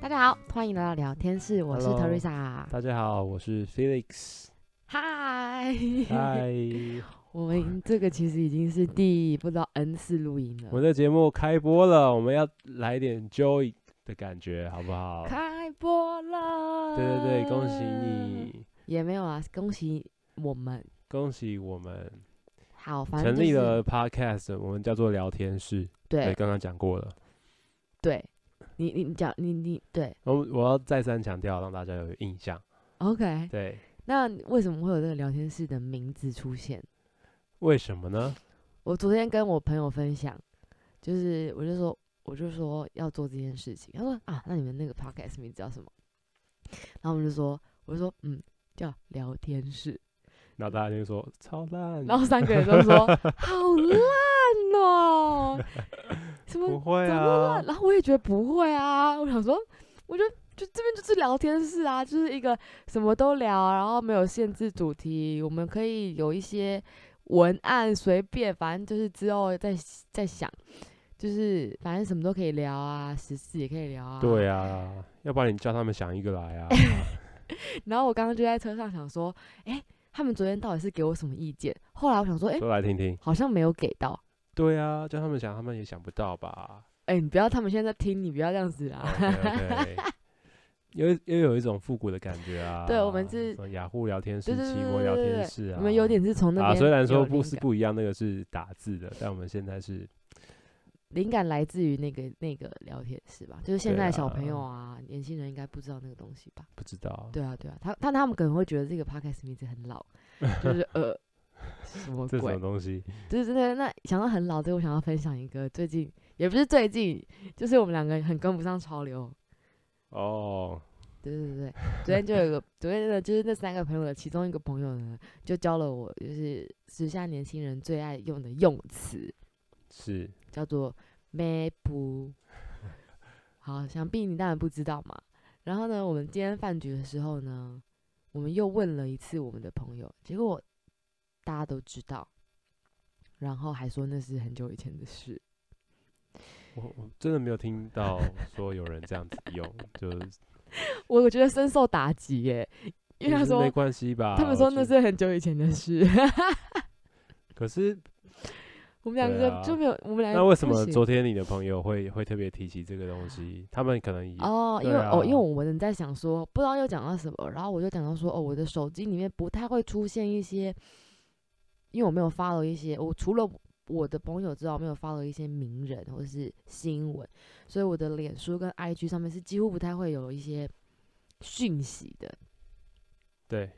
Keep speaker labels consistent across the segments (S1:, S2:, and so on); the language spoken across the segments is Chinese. S1: 大家好，欢迎来到聊天室，我是
S2: Hello
S1: Teresa。
S2: 大家好，我 是 Felix。
S1: 嗨，
S2: 嗨，
S1: 我们这个其实已经是第不知道 N 次录音
S2: 我
S1: 了。
S2: 们的节目开播了，我们要来点 joy 的感觉，好不好？
S1: 开播了，
S2: 对对对，恭喜，你，
S1: 也没有啊，恭喜我们。
S2: 恭喜我们
S1: 好，反正、
S2: 成
S1: 就是、
S2: 立了 podcast，我们叫做聊天室。对，
S1: 对
S2: 刚刚讲过了。
S1: 对，你你你讲你你对
S2: 我我要再三强调，让大家有印象。
S1: ，OK，
S2: 对，
S1: 那为什么会有这个聊天室的名字出现？
S2: 为什么呢？
S1: 我昨天跟我朋友分享，就是我就说我就说要做这件事情，他说啊，那你们那个 podcast 名字叫什么？然后我们就说，我就说嗯，叫聊天室。
S2: 然后大家就说超烂，
S1: 然后三个人都说好烂哦、 什么
S2: 不会
S1: 怎么
S2: 啊
S1: 烂？，然后我也觉得不会啊，我想说，我就就这边就是聊天室啊，就是一个什么都聊，然后没有限制主题，我们可以有一些文案随便，反正就是之后再再想，就是反正什么都可以聊啊，时事也可以聊啊。
S2: 对啊，要不然你叫他们想一个来 啊。
S1: 然后我刚刚就在车上想说，哎、他们昨天到底是给我什么意见？后来我想说，哎、
S2: 说来听听。
S1: 好像没有给到。
S2: 对啊，叫他们想，他们也想不到吧
S1: 哎、你不要，他们现在在听你，不要这样子啊。
S2: ？OK OK，又又有一种复古的感觉啊。
S1: 对我们是
S2: 什么雅虎聊天室
S1: 对、对
S2: 奇
S1: 对
S2: 摩
S1: 对
S2: 聊
S1: 对
S2: 天
S1: 对
S2: 室啊。
S1: 我们有点是从那边
S2: 啊，虽然
S1: 有
S2: 说不
S1: 灵
S2: 是
S1: 感
S2: 不一样，那个是打字的，但我们现在是
S1: 灵感来自于那个那个聊天室吧，就是现
S2: 对
S1: 在小朋
S2: 啊哦
S1: 友啊，年轻人应该不知道那个东西吧？
S2: 不知道。
S1: 对啊，对啊，他但他们可能会觉得这个 podcast 名字很老， 就是呃什么
S2: 这什么
S1: 鬼？
S2: 东西？
S1: 就是真的那想到很老，这个我想要分享一个最近也不是最近，就是我们两个很跟不上潮流。
S2: 哦，
S1: 对对对，昨天就有一个昨天的就是那三个朋友的其中一个朋友呢，就教了我就是时下年轻人最爱用的用词，
S2: 是
S1: 叫做 map。好，想必你当然不知道嘛。然后呢，我们今天饭局的时候呢，我们又问了一次我们的朋友，结果大家都知道，然后还说那是很久以前的事。
S2: 我我真的没有听到说有人这样子用，就是
S1: 我觉得深受打击耶，因为
S2: 就
S1: 他
S2: 是没
S1: 说
S2: 关系吧。
S1: 他们
S2: 我
S1: 说
S2: 觉
S1: 那
S2: 得，
S1: 是很久以前的事，
S2: 可是
S1: 我们两
S2: 对
S1: 个
S2: 啊
S1: 就没有，我们两个
S2: 那为什
S1: 不
S2: 么
S1: 行
S2: 昨天你的朋友会会特别提起这个东西？他们可能也
S1: 哦，因
S2: 对
S1: 为、
S2: 啊
S1: 哦，因为我们在想说，不知道又讲到什么，然后我就讲到说，哦，我的手机里面不太会出现一些，因为我没有发了一些，我除了我的朋友之外，我没有发了一些名人或者是新闻，所以我的脸书跟 IG 上面是几乎不太会有一些讯息的。
S2: 对。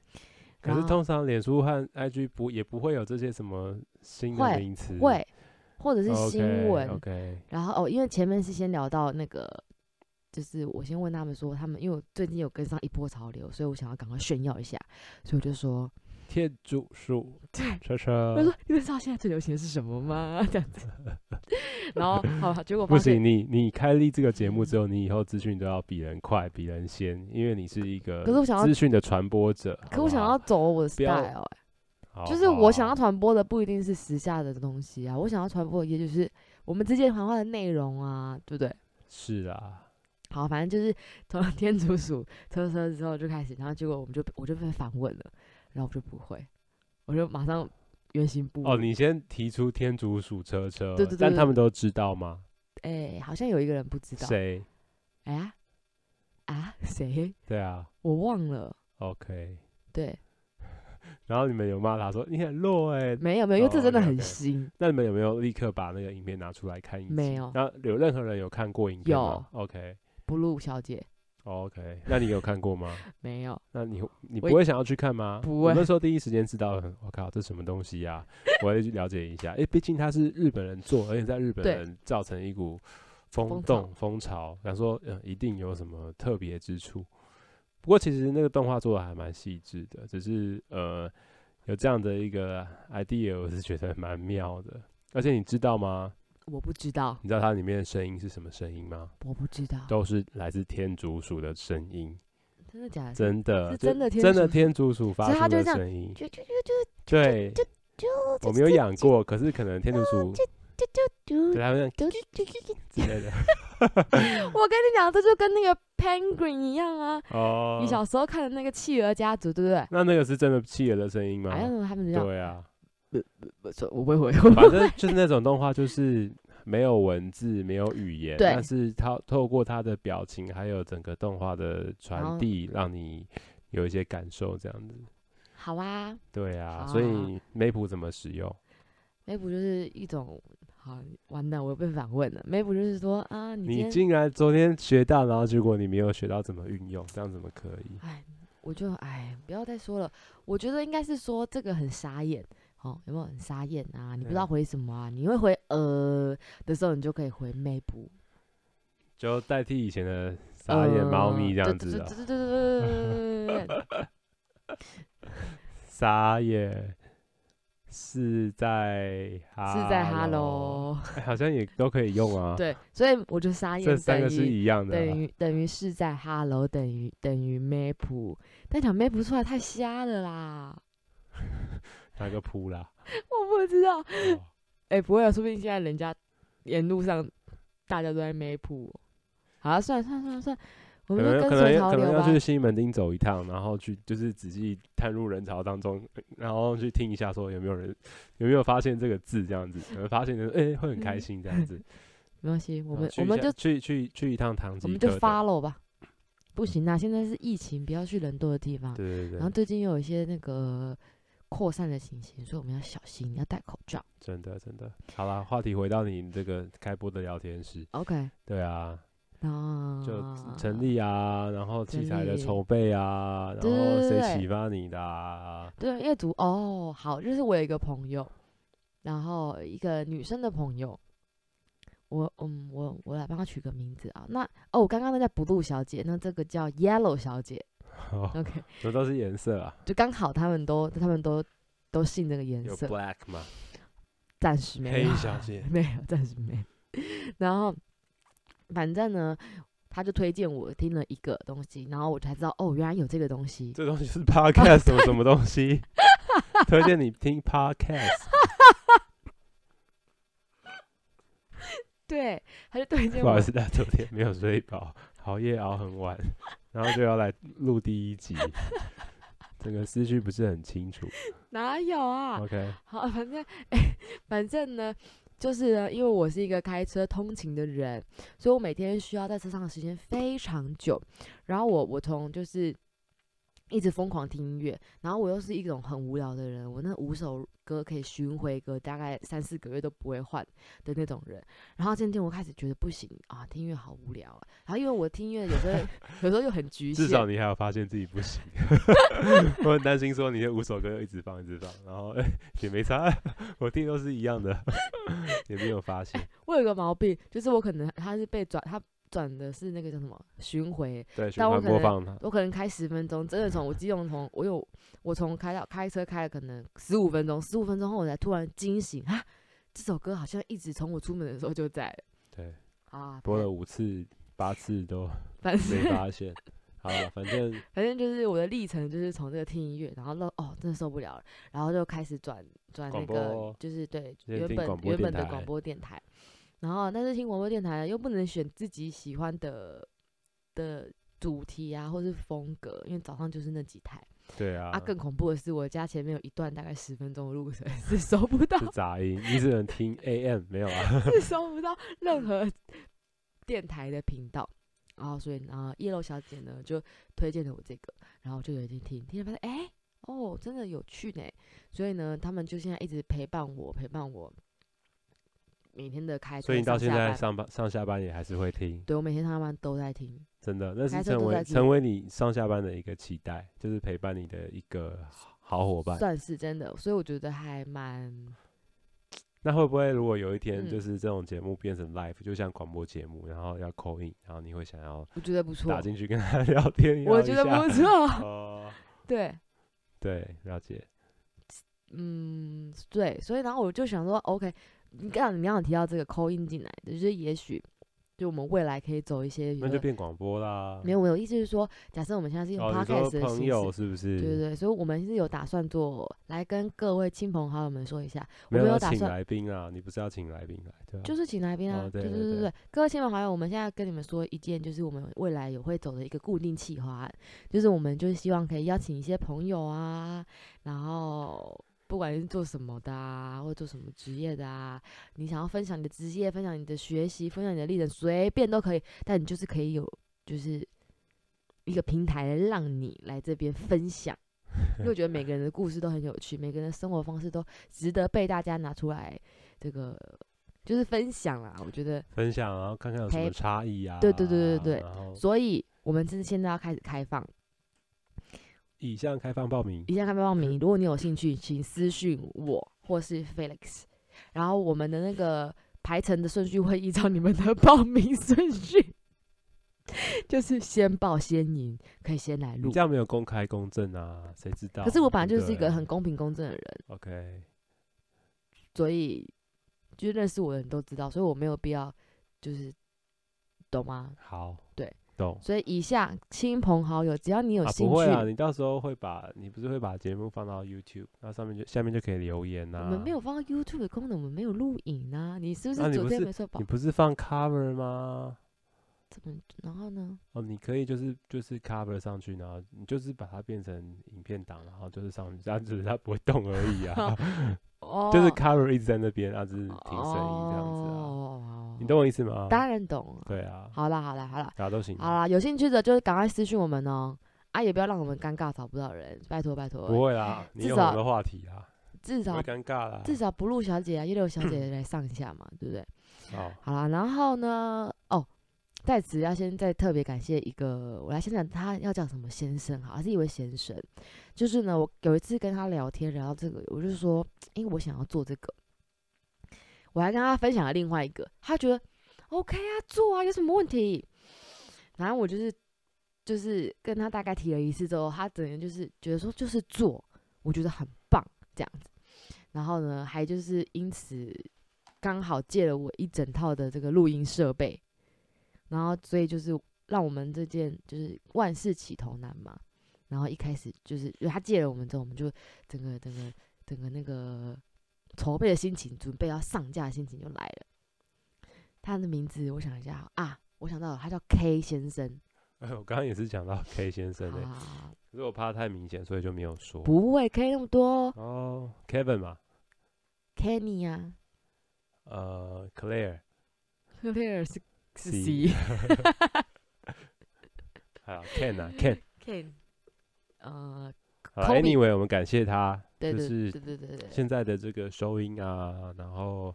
S2: 可
S1: 然
S2: 是
S1: 后
S2: 通常脸书和 IG 不也不会有这些什么新
S1: 会
S2: 的名词，
S1: 会，或者是
S2: OK，
S1: 新闻
S2: OK，
S1: 然后哦，因为前面是先聊到那个，就是我先问他们说，他们因为我最近有跟上一波潮流，所以我想要赶快炫耀一下，所以我就说，
S2: 天竺鼠，
S1: 对，
S2: 车
S1: 我
S2: 车
S1: 说，你们知道现在最流行的是什么吗？ 这样子，然后好，结果
S2: 不
S1: 发现
S2: 行，你你开立这个节目之后，你以后资讯都要比人快，比人先，因为你是一个
S1: 可是我想要
S2: 资讯的传播者。
S1: 可我想要走我的
S2: 不要哦
S1: style，、欸、
S2: 好不好，
S1: 就是我想要
S2: 好，
S1: 传播的不一定是时下的东西啊，我想要传播的也就是我们之间谈话的内容啊，对不对？
S2: 是啊啦，
S1: 好，反正就是从 天竺鼠车车之后就开始，然后结果我们就我就被反问了，然后我就不会，我就马上原形不
S2: 哦，
S1: 露
S2: 你先提出天竺鼠车车，
S1: 嗯对对对
S2: 但
S1: 对
S2: 他们都知道吗？
S1: 哎、好像有一个人不知道，
S2: 谁？
S1: 哎呀啊谁？
S2: 对啊
S1: 我忘了，
S2: ，OK。
S1: 对，
S2: 然后你们有骂他说你很弱哎、
S1: 没有没有，因为这
S2: 哦
S1: 真的很
S2: ，OK，OK
S1: 新。
S2: 那你们有没有立刻把那个影片拿出来看一集？
S1: 没有
S2: 那有任何人有看过影片吗？OK，OK，、
S1: 布鲁小姐
S2: OK，那你有看 过吗？
S1: 没有，
S2: 那你你
S1: 我
S2: 不会想要去看吗？
S1: 不
S2: 我
S1: 会
S2: 那时候第一时间知道，嗯我靠，这什么东西呀、我会去了解一下。诶，毕竟它是日本人做，而且在日本
S1: 对
S2: 人造成一股风
S1: 风
S2: 动风潮，想说嗯，一定有什么特别之处。不过其实那个动画做的还蛮细致的，只是呃有这样的一个 idea，我是觉得蛮妙的。而且你知道吗？
S1: 我不知道，
S2: 你知道它里面的声音是什么声音吗？
S1: 我不知道，
S2: 都是来自天竺鼠的声音。
S1: 真的假的？
S2: 真的，
S1: 是
S2: 就
S1: 真的天
S2: 真
S1: 竺
S2: 的
S1: 鼠
S2: 天竺鼠发
S1: 所以它
S2: 出
S1: 就
S2: 的
S1: 这样
S2: 声音，
S1: 就就就
S2: 对，我没有养过，可是可能天竺鼠
S1: 嘟
S2: 对，他们
S1: 嘟嘟嘟嘟嘟。
S2: 之 类的
S1: 我跟你讲，这就跟那个 Penguin 一样啊，
S2: 哦。
S1: 你小时候看的那个企鹅家族，对不对？
S2: 那那个是真的企鹅的声音吗？
S1: 哎，他们就这样，
S2: 对啊，
S1: 不错我不会回，
S2: 反正就是那种动画，就是没有文字，没有语言，
S1: 对
S2: 但是它透过它的表情，还有整个动画的
S1: 然后
S2: 传递，让你有一些感受，这样子。
S1: 好啊，
S2: 对啊，
S1: 好
S2: 所
S1: 啊
S2: 以 Map 怎么使用？
S1: 梅普就是一种，好完蛋，我又被反问了。梅普就是说啊，你今
S2: 你
S1: 天
S2: 竟然昨天学到，然后结果你没有学到怎么运用，这样怎么可以？
S1: 哎，我就哎，不要再说了。我觉得应该是说这个很傻眼，哦，有没有很傻眼啊？你不知道
S2: 嗯
S1: 回什么啊？你会回呃的时候，你就可以回 maybe
S2: 就代替以前的傻眼猫咪这样
S1: 呃
S2: 子、
S1: 对
S2: 啊，
S1: 对对对对对对
S2: 傻眼是在哈
S1: 是在哈
S2: 喽，
S1: 喽，
S2: 哎好像也都可以用啊。
S1: 对，所以我就傻眼
S2: 这三个
S1: 等
S2: 是
S1: 于
S2: 一样的啊、
S1: 等于等于是在哈喽，等于等于 map，但讲 map 出来太瞎了啦，
S2: 哪个扑 啦？
S1: 我不知道。
S2: 哦
S1: 哎、不会啊，说不定现在人家沿路上大家都在 map 我。好、啊，算了算了算了算了，我
S2: 可
S1: 们就
S2: 能可
S1: 跟随
S2: 能
S1: 潮
S2: 可能
S1: 流
S2: 要
S1: 吧。
S2: 去西门町走一趟，然后去就是仔细探入人潮当中，呃然后去听一下说有没有人有没有发现这个字这样子，可能发现就是哎、会
S1: 嗯
S2: 很开心这样子。
S1: 没关系，我
S2: 然后
S1: 们
S2: 啊去
S1: 我
S2: 一
S1: 们
S2: 下
S1: 就
S2: 去去去一趟唐
S1: 我
S2: 吉
S1: 们
S2: 诃
S1: 就
S2: 德，
S1: follow 吧。不行啊，现在是疫情，不要去人多的地方。
S2: 对对
S1: 然后
S2: 对，
S1: 最近又有一些那个扩散的情形，所以我们要小心，要戴口罩。
S2: 真的真的。好啦，话题回到你这个开播的聊天室，
S1: OK，
S2: 对啊，
S1: 那
S2: 就成立啊，然后器材的
S1: 成立
S2: 筹备啊，然
S1: 对对
S2: 后
S1: 对对
S2: 谁
S1: 对
S2: 启发你的啊？
S1: 对，月族哦，好，就是我有一个朋友，然后一个女生的朋友，我嗯，我我来帮她取个名字啊。那哦，我刚刚那叫 blue 小姐，那这个叫 yellow 小姐，OK，
S2: 这都是颜色啊，
S1: 就刚好他们都他们都都姓这个颜
S2: 有
S1: 色，
S2: black 嘛，
S1: 暂时没
S2: 黑
S1: 有，
S2: 小 姐
S1: 没有，暂时没有。然后反正呢，他就推荐我听了一个东西，然后我才知道哦，原来有这个东西。
S2: 这东西是 podcast 什么什么 东西？推荐你听 podcast，
S1: 对，他就推荐
S2: 不好
S1: 我
S2: 意思，大家昨天没有睡饱， 熬夜熬很晚，然后就要来录第 一集，整个思绪不是很清楚。
S1: 哪有啊？
S2: OK，
S1: 好，反正哎、反正呢，就是呢，因为我是一个开车通勤的人，所以我每天需要在车上的时间非常久。然后我我从就是一直疯狂听音乐，然后我又是一种很无聊的人，我那五首歌可以巡回歌，大概三四个月都不会换的那种人。然后渐渐我开始觉得不行啊，听音乐好无聊啊。然后因为我听音乐有时 候有时候又很局限，
S2: 至少你还有发现自己不 行。我很担心说你这五首歌一直放一直放，然后、哎也没差， 我听都是一 样的，也没有发现。
S1: 我有个毛病，就是我可能他是被转他。转的是那个叫什么巡回，
S2: 对，循
S1: 但我
S2: 环
S1: 可
S2: 播
S1: 能
S2: 放它。
S1: 我可能开十分钟，真的从我激动从我有我从开到开车开了可能十五分钟，十五分钟后我才突然惊醒啊，这首歌好像一直从我出门的时候就在了
S2: 对，
S1: 啊，
S2: 播了五次、八次都
S1: 反正
S2: 没发现。好了，反正
S1: 反正就是我的历程就是从这个听音乐，然后到哦真的受不了了，然后就开始转转那
S2: 广
S1: 个
S2: 播
S1: 就是对
S2: 先
S1: 原
S2: 听
S1: 本
S2: 广播
S1: 原本
S2: 电
S1: 的
S2: 台
S1: 广播电台，然后但是听广播电台又不能选自己喜欢的的主题啊或是风格，因为早上就是那几台。
S2: 对啊，
S1: 啊，更恐怖的是，我家前面有一段大概十分钟的路程是收不到
S2: 是，杂音，你只能听 AM 没 有啊？
S1: 是收不到任何电台的频道。然后，所以呢，叶露小姐呢就推荐了我这个，然后我就有一天听，听了发现，哎、哦，真的有趣呢。所以呢，他们就现在一直陪伴我，陪伴我每天的开车
S2: 所以你到
S1: 上
S2: 现
S1: 下
S2: 在
S1: 班
S2: 上班上下班也还是会听，
S1: 对我每天上下班都在听，
S2: 真的，那是
S1: 开车
S2: 成
S1: 都在
S2: 为
S1: 听
S2: 成为你上下班的一个期待，就是陪伴你的一个好伙伴。
S1: 算是真的，所以我觉得还蛮
S2: 那会不会如果有一天
S1: 嗯
S2: 就是这种节目变成 live，、就像广播节目，然后要 call in，然后你会想要
S1: 我觉得不错
S2: 打，进去跟他 聊天？
S1: 我觉得不 错，
S2: 哦，
S1: 对。
S2: 对，了解。
S1: 嗯，对，所以然后我就想说，OK，你刚刚你刚刚有提到这个扣印进来的，就是也许就我们未来可以走一些，比如
S2: 那就
S1: 说
S2: 变广播啦。
S1: 没有，我有意思是说，假设我们现在是用
S2: 哦，你
S1: podcast
S2: 说
S1: 的
S2: 朋
S1: 形
S2: 友
S1: 式，
S2: 是不是？
S1: 对对对，所以我们是有打算做，来跟各位亲朋好友们说一下，
S2: 没
S1: 我
S2: 有
S1: 没
S2: 要
S1: 有打
S2: 请
S1: 算
S2: 来宾啊，你不是要请来宾来对吧？
S1: 就是请来宾啊，
S2: 哦
S1: 对
S2: 对
S1: 对
S2: 对
S1: 对
S2: 对
S1: 对，各位亲朋好友，我们现在跟你们说一件，就是我们未来有会走的一个固定企划案，就是我们就是希望可以邀请一些朋友啊，然后不管是做什么的啊，或者做什么职业的啊，你想要分享你的职业，分享你的学习，分享你的历程，随便都可以，但你就是可以有就是一个平台让你来这边分享。因为我觉得每个人的故事都很有趣，每个人的生活方式都值得被大家拿出来这个就是分享啦。我觉得，
S2: 分享，然后看看有什
S1: 陪
S2: 么差异啊。
S1: 对对对对对
S2: 然后
S1: 所以我们这是现在要开始开放，
S2: 以上开放报名。
S1: 一下开放报
S2: 嗯
S1: 名，如果你有兴趣，请私讯我或是 Felix，然后我们的那个排程的顺序会依照你们的 报名顺序。就是先报先赢，可以先来
S2: 你
S1: 录
S2: 这。样没有公开公正啊，谁知道？
S1: 可是我本来
S2: 对
S1: 就
S2: 不
S1: 是一个
S2: 对啊
S1: 很公平公正的人，
S2: OK，
S1: 所以就是认识我的人都知道，所以我没有必要就是懂吗？
S2: 好，
S1: 对，
S2: 懂。
S1: 所以以下亲朋好友，只要你有
S2: 啊，
S1: 兴
S2: 不会
S1: 趣，
S2: 啊，你到时候会把，你不是会把节目放到 YouTube，那上面就下面就可以留言啊呐、
S1: 我们没有，放到 YouTube 的功能，我们没有录影啊。你是不
S2: 那
S1: 是
S2: 你
S1: 昨
S2: 不
S1: 天
S2: 是
S1: 没错吧
S2: 你？不是放 cover 吗？
S1: 怎么？然后呢？
S2: 哦，你可以就是就是 cover 上去，然后你就是把它变成影片档，然后就是上去，这样只是它不会动而已啊，
S1: 哦
S2: 就是 cover 一直在那边，啊，只是听声音这样子啊，
S1: 哦
S2: 你懂我意思吗？
S1: 当然懂了。
S2: 对嗯啊，
S1: 好啦，好啦，好啦，
S2: 大家都行，
S1: 好啦，有兴趣的就是赶快私讯我们哦。啊，也不要让我们尴尬找不到人，拜托拜
S2: 不
S1: 托，
S2: 会啦，你
S1: 至
S2: 有很
S1: 少
S2: 多话题啊，
S1: 至
S2: 不
S1: 少
S2: 会尴尬啦，
S1: 至少不露小姐啊，一六小 姐来上一下嘛，对不对？
S2: 好，
S1: 好啦，然后呢？哦，在此要先再特别感谢一个，我来先讲他要叫什么先生哈，他是一位先生。就是呢，我有一次跟他聊天聊到这个，我就说，诶，我想要做这个，我还跟他分享了另外一个，他觉得 OK 啊，做啊，有什么问题？然后我就是就是跟他大概提了一次之后，他整个人就是觉得说就是做，我觉得很棒这样子。然后呢，还就是因此刚好借了我一整套的这个录音设备，然后所以就是让我们这件就是万事起头难嘛。然后一开始就是因为他借了我们之后，我们就整个整个整个那个筹备的心情，准备要上架的心情就来了。他的名字我想一下啊，我想到了，他叫 K 先生。
S2: 哎，我刚刚也是讲到 K 先生诶、
S1: 啊，
S2: 可是我怕太明显，所以就没有说。
S1: 不会 K 那么多
S2: 哦，Kevin 嘛，
S1: ，Kenny 啊 呀、
S2: 呃，Claire，
S1: 啊，克莱尔是是
S2: C
S1: C
S2: 还有 Ken 啊，Ken。
S1: Ken，呃，
S2: 好
S1: Kobe
S2: ，Anyway，我们感谢他，
S1: 对
S2: 就
S1: 对
S2: 是
S1: 对对对对，
S2: 现在的这个收音啊，然后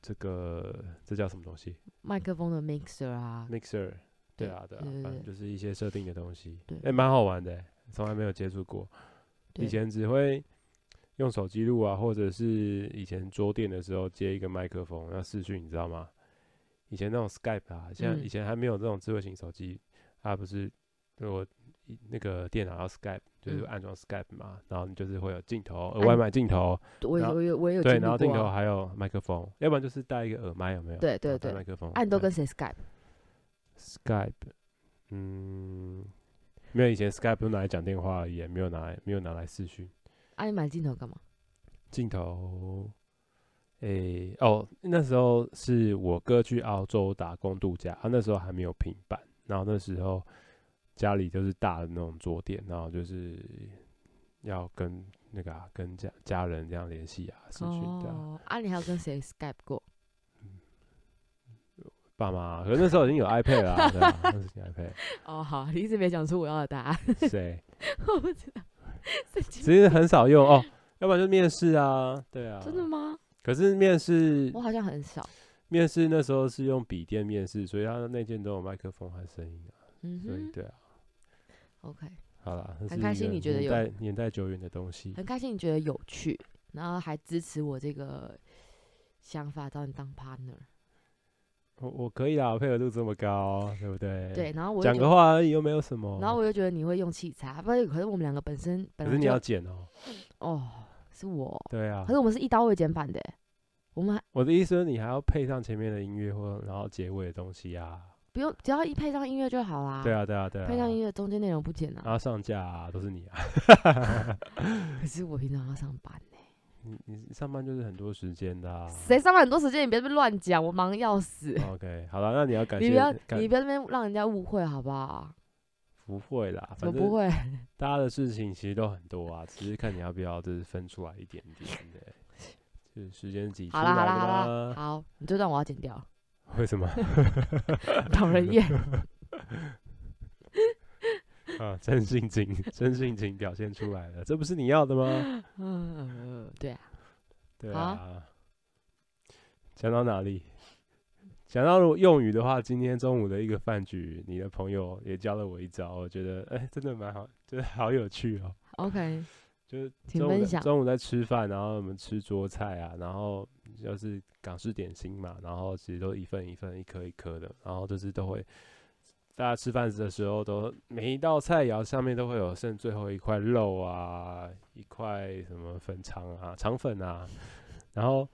S2: 这个这叫什么东西
S1: 麦克风的 mixer 啊，
S2: ？Mixer，对啊，
S1: 对
S2: 对啊，反正就是一些设定的东西
S1: 对，
S2: 哎，蛮好玩的欸，从来没有接触过，
S1: 对
S2: 以前只会。用手机录啊，或者是以前桌垫的时候接一个麦克风，那视讯你知道吗？以前那种 Skype 啊，现在
S1: 嗯
S2: 以前还没有这种智慧型手机，它不是我一那个电脑要 Skype，就是
S1: 嗯
S2: 安装 Skype 嘛，然后你就是会有镜头，
S1: 按
S2: 额外买镜头，
S1: 我也
S2: 然后
S1: 我也我也有
S2: 对，
S1: 经历
S2: 然后镜
S1: 过
S2: 头
S1: 啊，
S2: 还有麦克风，要不然就是带一个耳麦，有没有？
S1: 对对
S2: 然后带
S1: 对
S2: 麦克风。
S1: 按啊都
S2: 对
S1: 跟谁 Skype？
S2: Skype，嗯，没有以前 Skype 都拿来讲电话而已，也没有拿来没有拿来视讯
S1: 啊，你买镜头干嘛？
S2: 镜头。诶、哦，那时候是我哥去澳洲打工度假，啊他、那时候还没有平板，然后那时候家里就是大的那种桌垫，然后就是要跟那个、啊、跟家家人这样联系啊，视讯这样。
S1: 哦，啊，你还有跟谁 Skype 过？
S2: 爸妈，可是那时候已 经有 iPad 啦、对啊，那时候已经有 iPad。
S1: 哦，好，你一直没讲出我要的答案，
S2: 谁？
S1: 我不知道。神经
S2: 其实很少用哦，要不然就面试啊，对啊。
S1: 真的？吗？
S2: 可是面试
S1: 我，好像很少。
S2: 面试那时候是用笔电面试，所以它那件都有麦克风和声音啊，
S1: 嗯
S2: 所以
S1: 哼
S2: 对啊。
S1: ，OK，
S2: 好啦，
S1: 很
S2: 那是
S1: 开
S2: 一
S1: 心
S2: 个
S1: 你觉得
S2: 年
S1: 有
S2: 代年代久远的东西，
S1: 很开心你觉得有趣，然后还支持我这个想法，找你当 partner。
S2: 我我可以啦，我配合度这么高，对不对？
S1: 对，，然后我又
S2: 讲
S1: 觉
S2: 个
S1: 得
S2: 话而已，又没有什么。
S1: 然后我又觉得你会用器材，啊不是？可是我们两个本身本来
S2: 可是你
S1: 就
S2: 要剪哦，
S1: 哦，是我，
S2: 对啊
S1: 可。是我们是一刀未剪版的欸，我们还
S2: 我的意思是，你还要配上前面的音乐或然后结尾的东西啊。
S1: 不用，只要一配上音乐就好啦。
S2: 对，啊，对啊，对啊。
S1: 配上音乐中间内容不剪啊。
S2: 然后上架啊，都是你啊。
S1: 可是我平常要上班呢、
S2: 你你上班就是很多时间的、啊。
S1: 谁上班很多时间？你别这么乱讲，我忙得要死。
S2: OK，好了，那你要感谢，
S1: 你不要，
S2: 感
S1: 你不要这边让人家误会好不好？
S2: 不会啦，
S1: 怎么
S2: 反
S1: 不
S2: 正
S1: 会？
S2: 大家的事情其实都很多啊，只是看你要不要就是分出来一点点的、就是时间挤出
S1: 好
S2: 来
S1: 啦
S2: 的
S1: 好啦好啦，
S2: 嘛。
S1: 好，你这段我要剪掉，
S2: 为什么？
S1: 讨人厌。
S2: 啊，真性情，真性情表现出来了，这不是你要的吗？
S1: 嗯，呃对啊，
S2: 对
S1: 好啊
S2: 啊。讲到哪里？讲到如果用语的话，今天中午的一个饭局，你的朋友也教了我一招，我觉得哎、真的蛮好，就是好有趣哦。
S1: OK，
S2: 就是
S1: 请
S2: 中午
S1: 分
S2: 在
S1: 享
S2: 中午在吃饭，然后我们吃桌菜啊，然后就是港式点心嘛，然后其实都一份一份、一颗一颗的，然后就是都会大家吃饭的时候都每一道菜肴上面都会有剩最后一块肉啊，一块什么粉肠啊、肠粉啊， 然后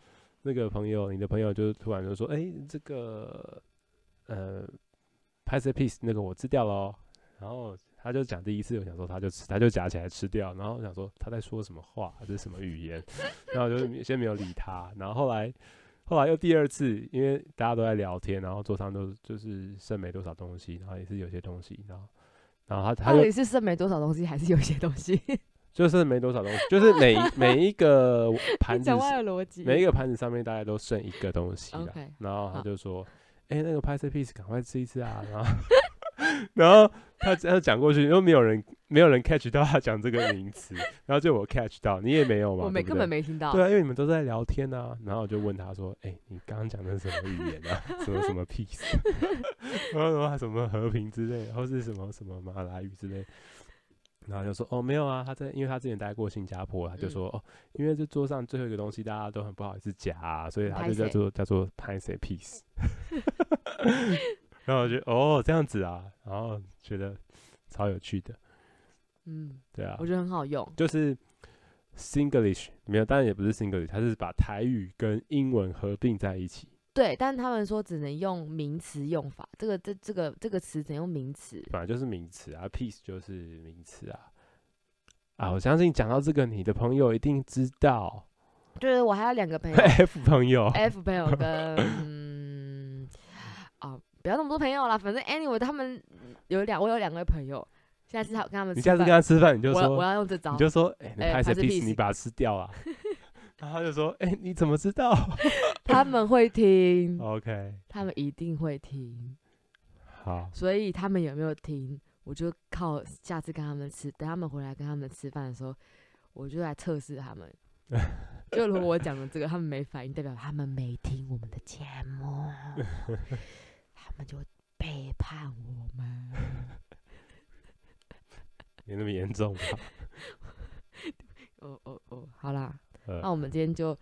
S2: 那个朋友，你的朋友就突然就说：“哎、这个呃，拍摄 piece 那个我吃掉了、哦。”然后他就讲第一次，我想说他就吃，他就夹起来吃掉，然后我想说他在说什么话，这是什么语言？ 然后我就先没有理他，然后后来后来又第二次，因为大家都在聊天，然后桌上都就是剩没多少东西，然后也是有些东西，然后然后他他
S1: 到
S2: 就
S1: 底是剩没多少东西，还是有一些东西？
S2: 就是没多少东西， 就是每一每一个 盘
S1: 你
S2: 子
S1: 讲话有逻辑。
S2: 每一个盘子上面大概都剩一个东西啦
S1: OK，
S2: 然后他
S1: 好
S2: 就说：“哎、那个拍摄 piece 赶快吃一吃啊！”然后， 然后他这样讲过去，又没有人没有人 catch 到他讲这个名词，然后就我 catch 到，你也没有嘛？
S1: 我没
S2: 对不
S1: 根本
S2: 对
S1: 没听到。
S2: 对啊，因为你们都在聊天啊，然后我就问他说：“哎、你刚刚讲的是什么语言啊？什么什么 peace，然后什么什么和平之类的，或是什么什么马来语之类。”然后就说：“哦，没有啊，他在，因为他之前待过新加坡，他就
S1: 嗯
S2: 说、哦，因为这桌上最后一个东西大家都很不好意思夹、啊，所以他
S1: 拍
S2: 就叫
S1: 谁
S2: 做叫做拍谁 peace。然后我就哦这样子啊，然后觉得超有趣的，
S1: 嗯，
S2: 对啊，
S1: 我觉得很好用。
S2: 就是 Singlish 没有，当然也不是 Singlish，它是把台语跟英文合并在一起，
S1: 对，但他们说只能用名词用法，这个这这个这个词只能用名词。
S2: 本来就是名词啊，piece 就是名词啊。啊，我相信讲到这个，你的朋友一定知道
S1: 就是我还有两个朋友
S2: F 朋友，
S1: ，F 朋友跟嗯啊，不要那么多朋友啦，反正 anyway 他们有两我有两位朋友，下次他跟他们
S2: 你
S1: 吃
S2: 下次
S1: 饭，
S2: 跟他吃饭，你就
S1: 我要我
S2: 说，
S1: 要用这招
S2: 你，就说，哎、你
S1: 哎
S2: 拍谁
S1: 拍谁
S2: piece，
S1: piece
S2: 你把它吃掉 啊。然后他就说，哎、你怎么知道
S1: 他们会听，
S2: ？OK，
S1: 他们一定会听，
S2: 好，
S1: 所以他们有没有听，我就靠下次跟他们吃，等他们回来跟他们吃饭的时候，我就来测试他 们。就如果我讲的这个，他们没反应，代表他们没听我们的节 目，他们就背叛我们。
S2: 没那么严重吧？
S1: 哦哦哦，好啦，
S2: 呃
S1: 那我们今天就
S2: 就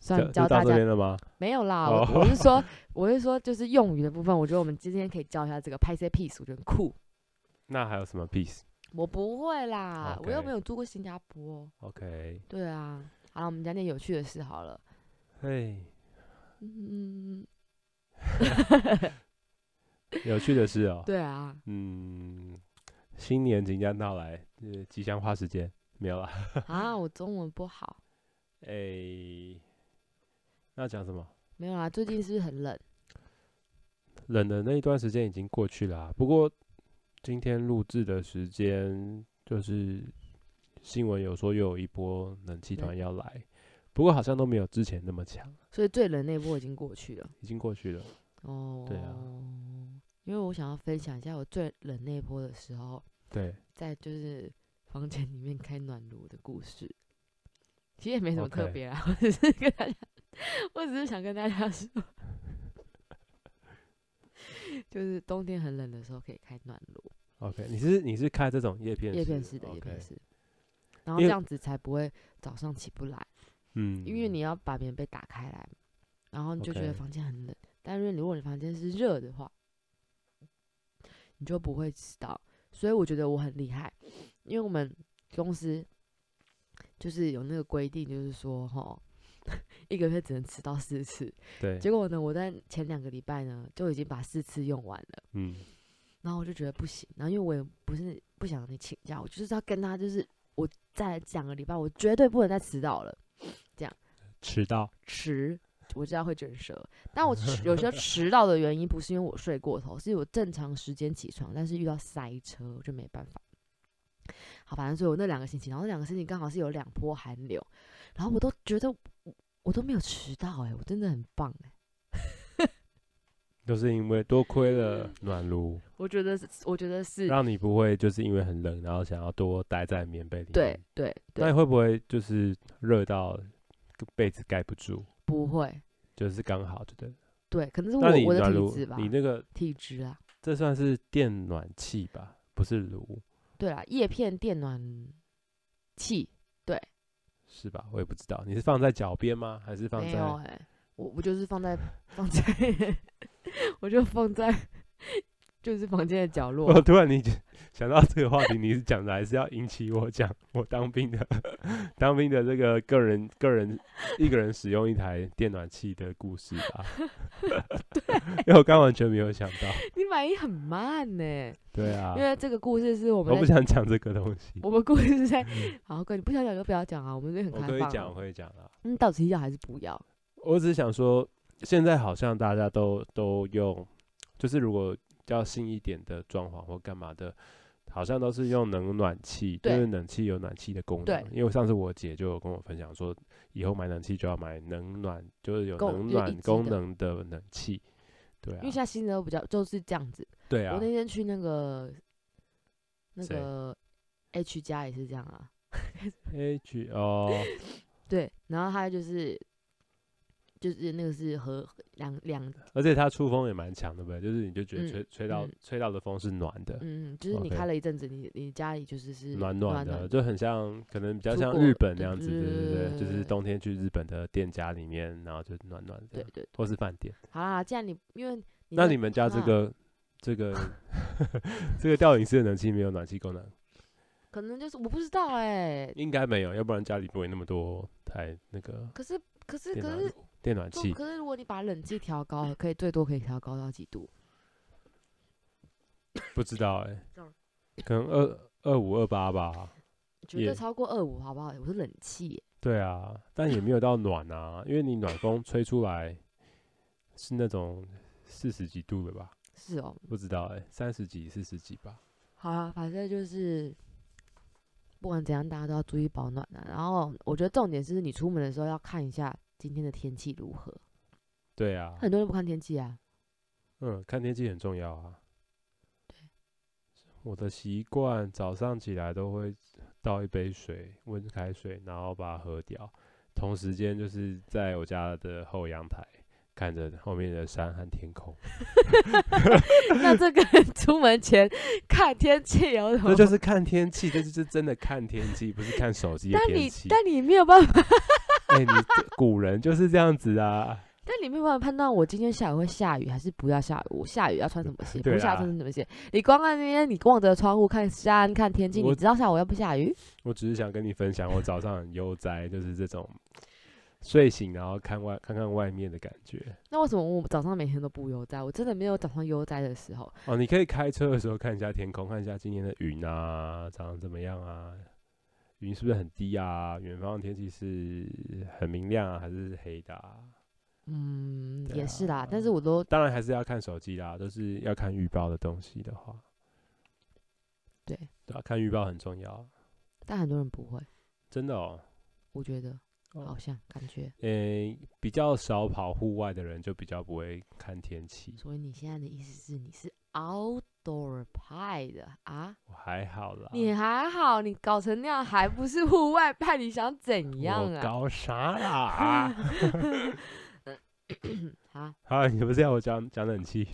S1: 算
S2: 就
S1: 教大
S2: 到这
S1: 家
S2: 边了吗？
S1: 没有啦，
S2: 哦
S1: 我我是说，我是说，就是用语的部分，我觉得我们今天可以教一下这个拍 C piece，我觉得很酷。
S2: 那还有什么 piece？OK，、
S1: 我不会啦我又
S2: OK
S1: 没有住过新加坡。对啊，好了，我们讲点有趣的事好了。
S2: 嘿，
S1: 嗯，
S2: 有趣的事哦、
S1: 对啊，
S2: 嗯，新年即将到来，呃，吉祥话时间没有了。
S1: 啊，我中文不好，
S2: 诶、那讲什么？
S1: 没有啦。最近是不是很冷？
S2: 冷的那一段时间已经过去了啊、不过今天录制的时间就是新闻有说又有一波冷气团要来，不过好像都没有之前那么强，啊
S1: 所以最冷那波已经过去了。
S2: 已经过去了。
S1: 哦，
S2: 对啊，
S1: 因为我想要分享一下我最冷那波的时候，
S2: 对，
S1: 在就是房间里面开暖炉的故事。其实也没什么特
S2: OK
S1: 别啦我只是跟大家，我只是想跟大家说， 就是冬天很冷的时候可以开暖炉。
S2: OK，你是你是开这种叶片
S1: 叶片
S2: 式
S1: 式的叶
S2: OK，
S1: 片式，然后
S2: 因
S1: 这
S2: 为
S1: 样子才不会早上起不来，
S2: 嗯，
S1: 因为你要把棉被打开来，然后你就觉得
S2: OK
S1: 房间很冷。但是如果你房间是热的话，你就不会迟到。所以我觉得我很厉害，因为我们公司就是有那个规定，就是说哈，一个月只能吃到四次。
S2: 对，
S1: 结果呢，我在前两个礼拜呢就已经把四次用完了，
S2: 嗯，
S1: 然后我就觉得不行，然后因为我也不是不想让你请假，我就是要跟他就是我在两个礼拜我绝对不能再迟到了，
S2: 迟到，
S1: 迟。我知道会卷舌，但我迟有时候迟到的原因不是因为我睡过头，是我正常时间起床，但是遇到塞车我就没办法。好，反正所以我那两个星期，然后那两个星期刚好是有两波寒流，然后我都觉得我我都没有迟到、欸，哎，我真的很棒、欸，
S2: 都是因为多亏了暖炉，
S1: 我觉得是，我觉得是
S2: 让你不会就是因为很冷，然后想要多待在棉被里面。
S1: 对，对对
S2: 那你，会不会就是热到被子盖不住？
S1: 不会
S2: 就是刚好，对不对？
S1: 对，可能是
S2: 那
S1: 我
S2: 你
S1: 我的
S2: 暖
S1: 体
S2: 炉
S1: 质吧，
S2: 你那个
S1: 体质啊，
S2: 这算是电暖器吧，不是炉
S1: 对啦，叶片电暖器
S2: 是吧？我也不知道，你是放在脚边吗？还是放
S1: 没
S2: 在
S1: 有哎、我我就是放在放在， 我就放在就是房间的角落
S2: 我突然你讲想到这个话题，你是讲的还是要引起我讲我当兵的当兵的这个个人个人一个人使用一台电暖器的故事 吧？ 因为我刚完全没有想到，
S1: 你反应很慢呢、
S2: 对啊
S1: 因，为这个故事是我
S2: 我
S1: 们
S2: 不
S1: 在
S2: 想讲这个东西，
S1: 我们故事是在好，哥你不想讲就不要讲啊，我们这很
S2: 我
S1: 开
S2: 可以
S1: 放
S2: 讲，我
S1: 啊。
S2: 可以讲啦。
S1: 嗯，到底要还是不要？
S2: 我只是想说，现在好像大家都都用，就是如果较新一点的装潢或干嘛的，好像都是用冷暖气，就
S1: 对
S2: 是冷气有暖气的功能
S1: 对。
S2: 因为我上次我姐就有跟我分享说，以后买冷气就要买能暖，就是有
S1: 够
S2: 冷
S1: 就是一
S2: 暖
S1: 级
S2: 功
S1: 的
S2: 能的冷气。对
S1: 因为现在
S2: 啊，
S1: 新的都比较就是这样子，
S2: 对啊
S1: 我，那天去那个那
S2: 谁
S1: 个 H 家也是这样啊，
S2: H 哦，
S1: 对，然后他就是就是那个是和两两
S2: 而且它出风也蛮强的，对不对？就是你就觉得
S1: 嗯
S2: 吹吹到
S1: 嗯
S2: 吹到的风是暖的，
S1: 嗯，就是你
S2: 呃 OK
S1: 开了一阵子，你你家里就是是
S2: 暖暖的，就很像，可能比较
S1: 出
S2: 像
S1: 国
S2: 日本那
S1: 对
S2: 样子，
S1: 对
S2: 对
S1: 对
S2: 对
S1: 对
S2: 对，就是
S1: 对
S2: 冬天去日本的店家里面，然后就暖暖的，
S1: 对对，
S2: 或是饭店。
S1: 好啦，既然你因为你
S2: 那你们家这
S1: 啊
S2: 个这个 这个吊顶式的冷气没有暖气功能，
S1: 可能就是我不知道哎、
S2: 应该没有，要不然家里不会那么多台那个
S1: 可是可是
S2: 电
S1: 可
S2: 暖
S1: 是
S2: 炉电暖
S1: 就
S2: 气。
S1: 可是如果你把冷气调高，可以最多可以调高到几度？
S2: 不知道哎
S1: Sorry，
S2: 可能二二五二八吧。
S1: 绝对
S2: 也
S1: 超过二五好不好？我是冷气耶、
S2: 对啊，但也没有到暖啊，因为你暖风吹出来是那种四十几度的吧？
S1: 是哦，
S2: 不知道哎，三十几、四十几吧。
S1: 好啊，反正就是不管怎样，大家都要注意保暖啊。然后我觉得重点是你出门的时候要看一下今天的天气如何。
S2: 对啊，
S1: 很多人不看天气啊，
S2: 嗯，看天气很重要啊。我的习惯早上起来都会倒一杯水，温开水，然后把它喝掉。同时间就是在我家的后阳台看着后面的山和天 空，
S1: 那这跟出门前看天气有什么？
S2: 那就是看天气，这就是真的看天气，不是看手机的
S1: 但
S2: 天
S1: 你
S2: 气。
S1: 但你没有办法，
S2: 哎、你这 古人就是这样子啊。
S1: 但你没有办法判断我今天下午会下雨还是不要下雨，我下雨要穿什么鞋，不
S2: 对啊
S1: 下
S2: 啦
S1: 雨穿什么鞋。你光看那边，你望着窗户看山看天气，
S2: 我
S1: 你知道下午要不下雨？
S2: 我只是想跟你分享，我早上很悠哉，就是这种睡醒然后看外看看外面的感觉。
S1: 那为什么我早上每天都不悠哉？我真的没有早上悠哉的时候。
S2: 哦，你可以开车的时候看一下天空，看一下今天的云啊，长得怎么样啊？云是不是很低啊？远方的天气是很明亮啊，还是黑的、啊？
S1: 嗯，
S2: 对
S1: 也是啦
S2: 啊，
S1: 但是我都
S2: 当然还是要看手机啦，都是要看预报的东西的话，
S1: 对，
S2: 对啊，看预报很重要啊，
S1: 但很多人不会，
S2: 真的哦。
S1: 我觉得
S2: 哦
S1: 好像感觉。
S2: 诶、比较少跑户外的人就比较不会看天气，
S1: 所以你现在的意思是你是 outdoor 派的啊？
S2: 我还好啦。
S1: 你还好，你搞成那样还不是户外派？你想怎样
S2: 我
S1: 啊？
S2: 搞啥啦？
S1: 啊，
S2: 啊，你不是要我讲讲冷气？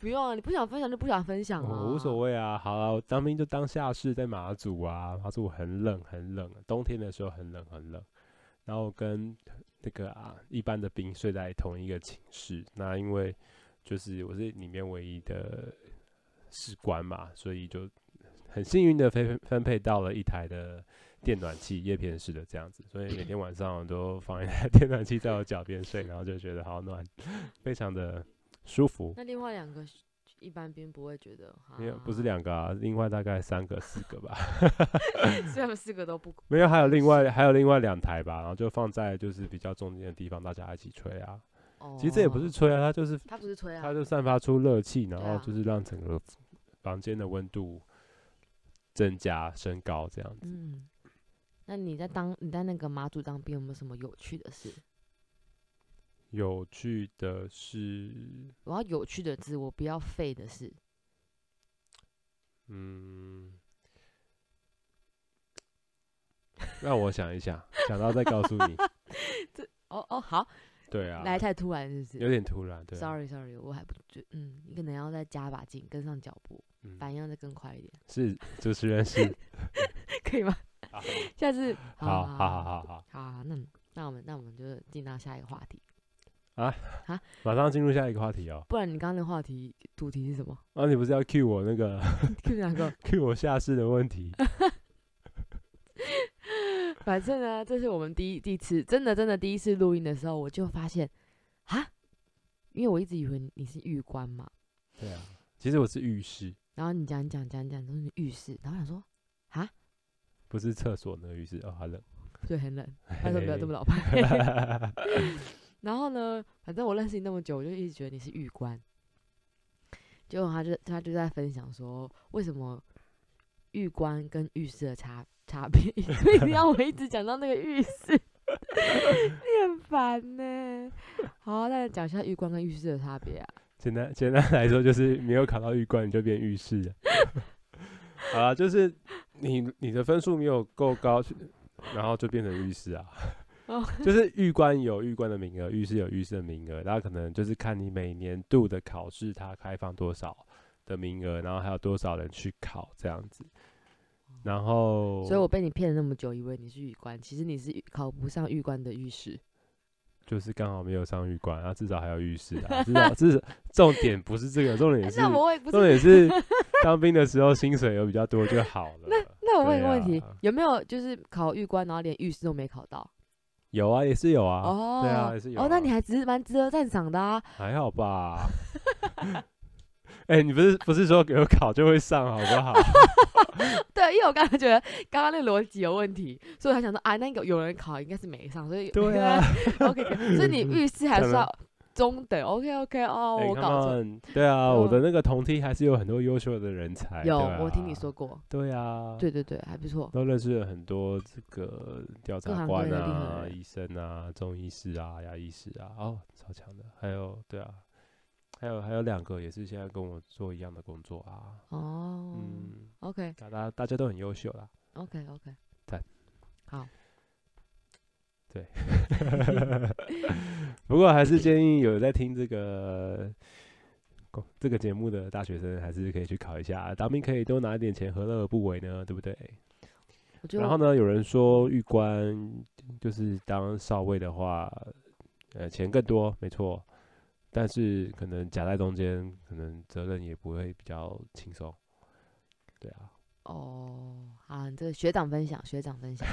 S1: 不用啊，你不想分享就不想分享啊，
S2: 我无所。谓啊，好啊，我当兵就当下士，在马祖啊，马祖很冷很冷，冬天的时候很冷很冷。然后跟那个啊一般的兵睡在同一个寝室，那因为就是我是里面唯一的士官嘛，所以就很幸运的分分配到了一台的电暖气叶片式的这样子，所以每天晚上我都放一台 电暖气在我脚边睡，然后就觉得好暖，非常的舒服。
S1: 那另外两个一般边不会觉得，
S2: 没有，不是
S1: 啊，
S2: 两个啊，另外大概三个、四个吧，
S1: 所以他们四个都不
S2: 没有，还有另外还有另外两台吧，然后就放在就是比较中间的地方，大家一起吹啊。
S1: 哦。
S2: 其实这也不是吹啊，它就是
S1: 他不是吹啊
S2: 它，就散发出热气，然
S1: 对
S2: 后
S1: 啊
S2: 就是让整个房间的温度增加升高这样子。
S1: 嗯。那你在当你在那个马祖当兵有没有什么有趣的事？
S2: 有趣的是，
S1: 我要有趣的字，我不要废的事。
S2: 嗯，让我想一想，想到再告诉 你。
S1: 哦哦，好，
S2: 对啊，
S1: 来太突然是不
S2: 有
S1: 是
S2: 点突然，对啊、
S1: ？Sorry Sorry，我还不就嗯，你可能要再加把劲，跟上脚步，
S2: 嗯，
S1: 反应要再更快一点，
S2: 是主持人是，
S1: 可以吗？
S2: 好
S1: 下次
S2: 啊好
S1: 好
S2: 好好好好，
S1: 好好，那那我们那我们就进到下一个话题，
S2: 马上进入下一个话题哦。
S1: 不然你刚刚的话题主题是什么？
S2: 啊，你不是要 cue 我那个
S1: 就两个，
S2: cue 我下士的问 题？
S1: 反正呢，这是我们第一第一次，真的真的第一次录音的时候，我就发现啊，因为我一直以为你你是狱官嘛，
S2: 对啊，其实我是浴室，
S1: 然后你讲讲讲讲都是浴室，然后想说
S2: 不是厕所那个浴室哦。好了，
S1: 对很冷，拜托不要这么老派。然后呢，反正我认识你那么久，我就一直觉得你是玉官。结果他就他就在分享说，为什么玉官跟浴室的差差别， 所以你要我一直讲到那个浴室， 你很烦呢、好，那讲一下浴官跟浴室的差别啊。
S2: 简单简单来说，就是没有考到预冠，你就变预试了。 好啊，就是你你的分数没有够高，然后就变成预试啊。
S1: 哦
S2: 就是预官有预官的名额，预试有预试的名额，然后可能就是看你每年度的考试它开放多少的名额，然后还有多少人去考这样子。然后，
S1: 所以我被你骗了那么久，以为你是玉官，其实你是考不上玉官的浴室。
S2: 就是刚好没有上预官，然后至少还有预试啊，至 少至少重点不是这个，重点是
S1: 那我也不
S2: 重
S1: 是，
S2: 点是 当兵的时候薪水有比较多就好了。
S1: 那我问一个
S2: 对
S1: 问题，
S2: 啊
S1: 有没有就是考玉官，然后连浴室都没考到？
S2: 有啊，也是有啊，
S1: 哦，
S2: 对啊也是有
S1: 哦，那
S2: 啊
S1: 你还只是蛮值得赞赏的啊。
S2: 还好吧。 哎、你不是不是说有考就会上好 不好？
S1: 对，因为我刚才觉得刚刚那个逻辑有问题，所以我才想说啊，那个有人考应该是没上，所以
S2: 对 啊，嗯
S1: ，OK，所以 你预示还
S2: 可能
S1: 算中等，OK OK 哦，
S2: 哎
S1: 我
S2: come
S1: 搞错。
S2: on，对啊，我
S1: 嗯
S2: 的那个同梯还是有很多优秀的人才。
S1: 有，
S2: 对啊
S1: 我听你说。过，
S2: 对啊，
S1: 对对对，还不错。
S2: 都认识了很多这个调
S1: 各
S2: 查
S1: 行
S2: 官
S1: 各业的厉害
S2: 啊、
S1: 人
S2: 医生啊、中医师啊、牙医师啊，哦，超强的。还有对啊，还有还有两个也是现在跟我做一样的工作啊。
S1: 哦
S2: 嗯，
S1: ，OK
S2: 大家大家都很优秀啦。
S1: OK OK，
S2: 赞
S1: 好，
S2: 不过还是建议有在听这个公这个节目的大学生，还是可以去考一下，当兵可以多拿一点钱，何乐而不为呢？对不对？
S1: 我就
S2: 然后呢，有人说玉官就是当少尉的话，呃，钱更多，没错，但是可能夹在中间，可能责任也不会比较轻松。对啊，
S1: 哦，好，你这个学长分享，学长 分享。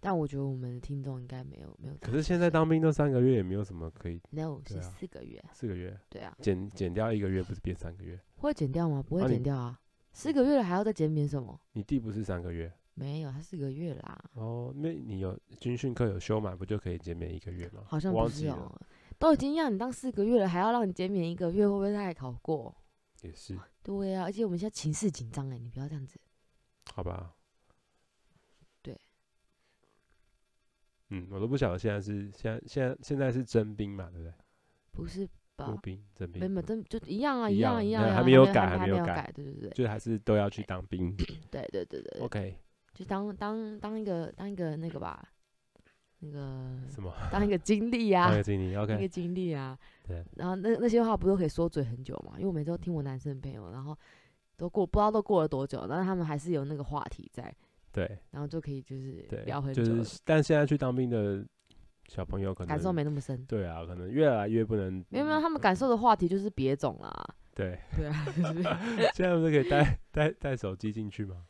S1: 但我觉得我们的听众应该没有没有这
S2: 可
S1: 么深。
S2: 是现在当兵都三个月，也没有什么可以
S1: no
S2: 对
S1: 是
S2: 啊
S1: 四个月，
S2: 四个月
S1: 对啊，
S2: 减减掉一个月，不是变三个月？
S1: 会减掉吗？不
S2: 啊
S1: 会
S2: 你嗯
S1: 减掉啊，四个月了还要再减免什么？
S2: 你弟不是三个月？
S1: 没有，他四个月啦，
S2: 哦，那你有军训课有修满，不就可以减免一个月吗？
S1: 好像
S2: 我
S1: 不
S2: 忘
S1: 是
S2: 记
S1: 哦
S2: 了，，
S1: 都已经让你当四个月了，还要让你减免一个月，会不会太考过？
S2: 也是，
S1: 对啊，而且我们现在情势紧张哎，你不要这样子。
S2: 好吧。
S1: 对。
S2: 嗯，我都不晓得现在是现在现在现在是征兵嘛，对不对？
S1: 不是
S2: 募
S1: 吧？
S2: 兵征
S1: 没
S2: 兵，
S1: 没真就一样啊，
S2: 一
S1: 样
S2: 样
S1: 一样
S2: 还
S1: 啊，
S2: 还没有改还
S1: 还
S2: 没有
S1: 有
S2: 改
S1: 改，对对对
S2: 就还是都要去当兵。
S1: 对对对对，
S2: OK，
S1: 就当当当一个当一个那个吧，那 个
S2: 什么？
S1: 当一个经历啊
S2: 那，个经理
S1: 那个
S2: ，OK，
S1: 经历啊。
S2: 对。
S1: 然后那那些话不都可以说嘴很久嘛？因为我每次都听我男生朋友，然后都过不知道都过了多久，但是他们还是有那个话题在，
S2: 对
S1: 然后就可以就是
S2: 对
S1: 聊，很久
S2: 就
S1: 了，
S2: 是但现在去当兵的小朋友可能嗯
S1: 感受没那么深。
S2: 对啊，可能越来越不能
S1: 没有没有，他们感受的话题就是别种
S2: 啊
S1: 啦。
S2: 对，
S1: 对啊，就是
S2: 现在不是可以带带带手机进去吗？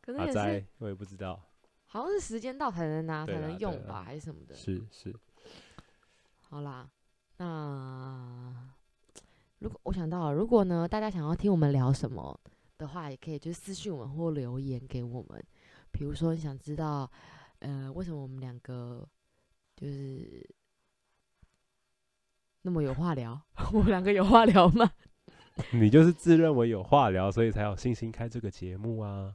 S1: 可能
S2: 阿
S1: 也
S2: 斋
S1: 是
S2: 我也不知道，
S1: 好像是时间到才能拿
S2: 对
S1: 才
S2: 啦
S1: 能
S2: 对
S1: 用
S2: 啦
S1: 吧，还是什么的。
S2: 是是，
S1: 好啦，那如果我想到了，如果呢大家想要听我们聊什么的话，也可以就是私信我们或留言给我们。比如说你想知道，呃，为什么我们两个就是那么有话聊？ 我们两个有话聊吗？
S2: 你就是自认为有话聊，所以才有信心开这个节目啊。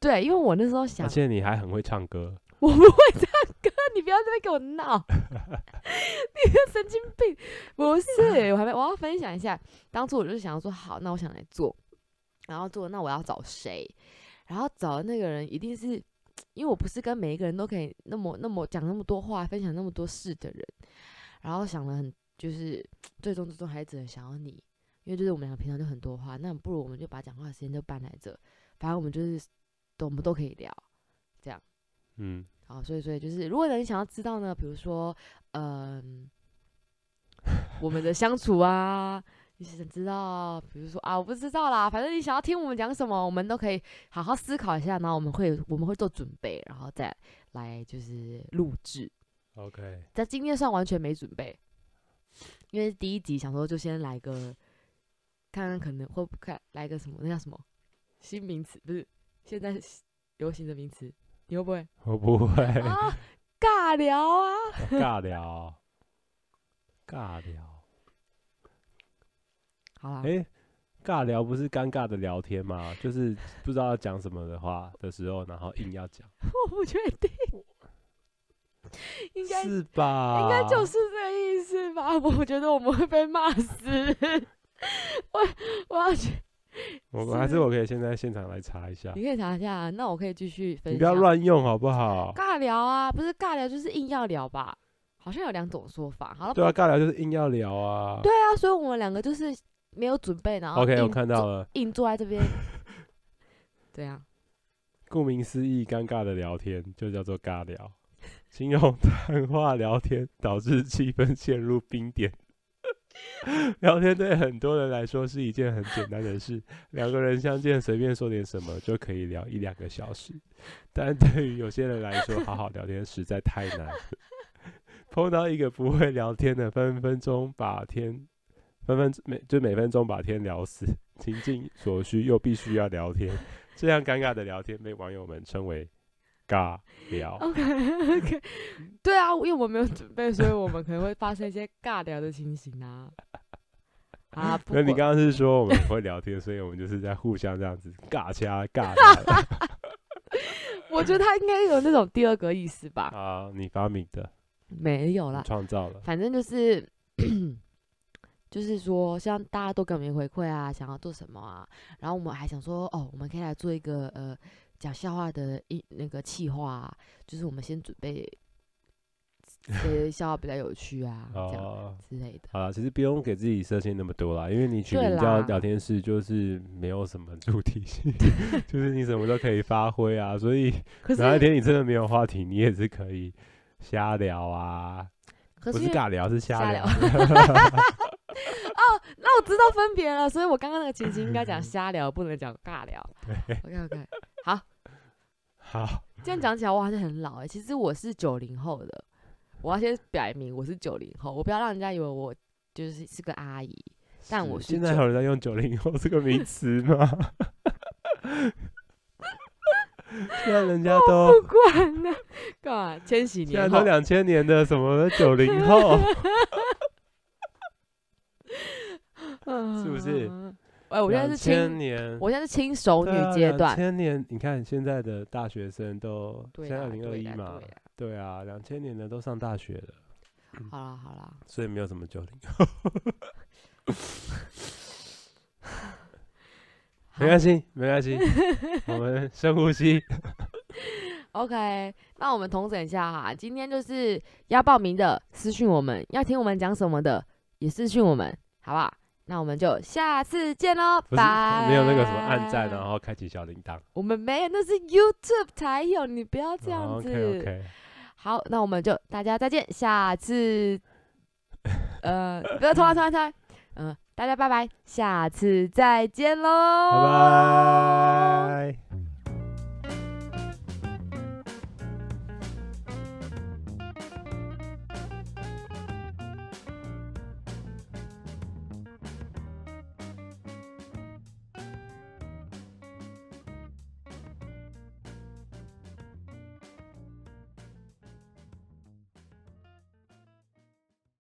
S1: 对，因为我那时候想
S2: 而，且你还很会唱歌，
S1: 我不会唱歌，你不要在那边给我闹，你个神经病！不是，我还没，我要分享一下，当初我就是想要说，好，那我想来做，然后做，那我要找谁？然后找的那个人一定是，因为我不是跟每一个人都可以那么那么讲那么多话，分享那么多事的人，然后想了很，就是最终最终还是只能想要你，因为就是我们两个平常就很多话，那不如我们就把讲话的时间就搬来这，反正我们就是都我们都可以聊，
S2: 嗯，
S1: 好，所以所以就是，如果你想要知道呢，比如说，嗯、我们的相处啊，你想知道，比如说啊，我不知道啦，反正你想要听我们讲什么，我们都可以好好思考一下，然后我们会我们会做准备，然后再来就是录制。
S2: OK，
S1: 在今天算完全没准备，因为第一集想说就先来个，看看可能会不看来个什么那叫什么新名词，不是现在流行的名词，你会不会？
S2: 我不会
S1: 啊，尬聊啊，
S2: 尬聊，尬聊，
S1: 好啦，
S2: 诶，尬聊不是尴尬的聊天吗？就是不知道要讲什么的话的时候，然后硬要讲，
S1: 我不确定，应该
S2: 是吧？
S1: 应该就是这个意思吧？我觉得我们会被骂死，我我要去，
S2: 我还
S1: 是
S2: 是我可以现在现场来查一下，
S1: 你可以查一下，啊那我可以继续分
S2: 啊
S1: 享。
S2: 你不要乱用好不好？
S1: 尬聊啊，不是尬聊就是硬要聊吧？好像有两种说法。好了，
S2: 对啊，尬聊就是硬要聊啊。
S1: 对啊，所以我们两个就是没有准备，然后
S2: OK，我
S1: 硬
S2: 看
S1: 坐
S2: 到了，
S1: 硬坐在这 边，对啊，
S2: 顾名思义，尴尬的聊天就叫做尬聊，形容谈话聊天导致气氛陷入冰点。 聊天对很多人来说是一件很简单的事，两个人相见随便说点什么就可以聊一两个小时，但对于有些人来说，好好聊天实在太难了。碰到一个不会聊天的，分分钟把天，分分每就每分钟把天聊死，情境所需又必须要聊天，这样尴尬的聊天被网友们称为尬聊。
S1: OK OK，对啊，因为我们没有准备，所以我们可能会发生一些尬聊的情形啊。啊，不
S2: 那你
S1: 管
S2: 刚刚是说我 们很会聊天，所以我们就是在互相这样子尬掐尬 聊
S1: 我觉得他应该有那种第二个意思吧？
S2: 啊！你发明的，
S1: 没有
S2: 你
S1: 啦，
S2: 创造了，
S1: 反正就是。 就是说，像大家都给我们回馈啊，想要做什么啊，然后我们还想说，哦，我们可以来做一个呃讲笑话的一那个企划、啊，就是我们先准 备谁的笑话比较有趣啊，这样
S2: 哦。
S1: 之类的。
S2: 好啦，其实不用给自己设限那么多啦，因为你取
S1: 对
S2: 名叫
S1: 啦
S2: 聊天室，就是没有什么主题性， 就是你什么都可以发挥啊。所以
S1: 可
S2: 哪一
S1: 是，
S2: 天你真的没有话题，你也是可以瞎聊啊，
S1: 可
S2: 不
S1: 是因
S2: 是
S1: 为
S2: 尬聊，是瞎
S1: 瞎聊 哦那我知道分别了，所以我刚刚那个情形应该讲
S2: 嗯
S1: 瞎聊，不能讲尬聊。OK OK，
S2: 好，
S1: 这样讲起来我还是很老哎、其实我是九零后的，我要先表明我是九零后，我不要让人家以为我就是是个阿姨。但我是
S2: 现在
S1: 九
S2: 还有人在用九零后这个名词吗？ 现在人家都
S1: 不管了，干嘛？千禧
S2: 现在
S1: 哦年
S2: 都
S1: 后，
S2: 两千年的什么九零后，
S1: 嗯
S2: 是不是？
S1: 哎， 我现在是
S2: 千
S1: 青，
S2: 年，啊
S1: 我现在是青熟女阶段。
S2: 千年，你看现在的大学生都
S1: 对
S2: 现在
S1: 啦
S2: 二零二
S1: 对
S2: 一
S1: 啦对，
S2: 嘛
S1: 啦
S2: 对啊，两千年的都上大学了，
S1: 好啦好 啦，
S2: 所以没有什么九零。没关
S1: 系。
S2: 系，没关系， 我们深呼吸。
S1: OK，那我们统整一下哈，今天就是要报名的私讯我们，要听我们讲什么的也私讯我们，好不好？那我们就下次见喽，
S2: 不是
S1: 拜。
S2: 没有那个什么暗赞，哦然后开启小铃铛。
S1: 我们没有，那是 YouTube 才有，你不要这样子。
S2: OK OK，
S1: 好，那我们就大家再见，下次，呃，不要拖啊拖啊拖啊，嗯、大家拜拜，下次再见喽，哦
S2: 拜。拜。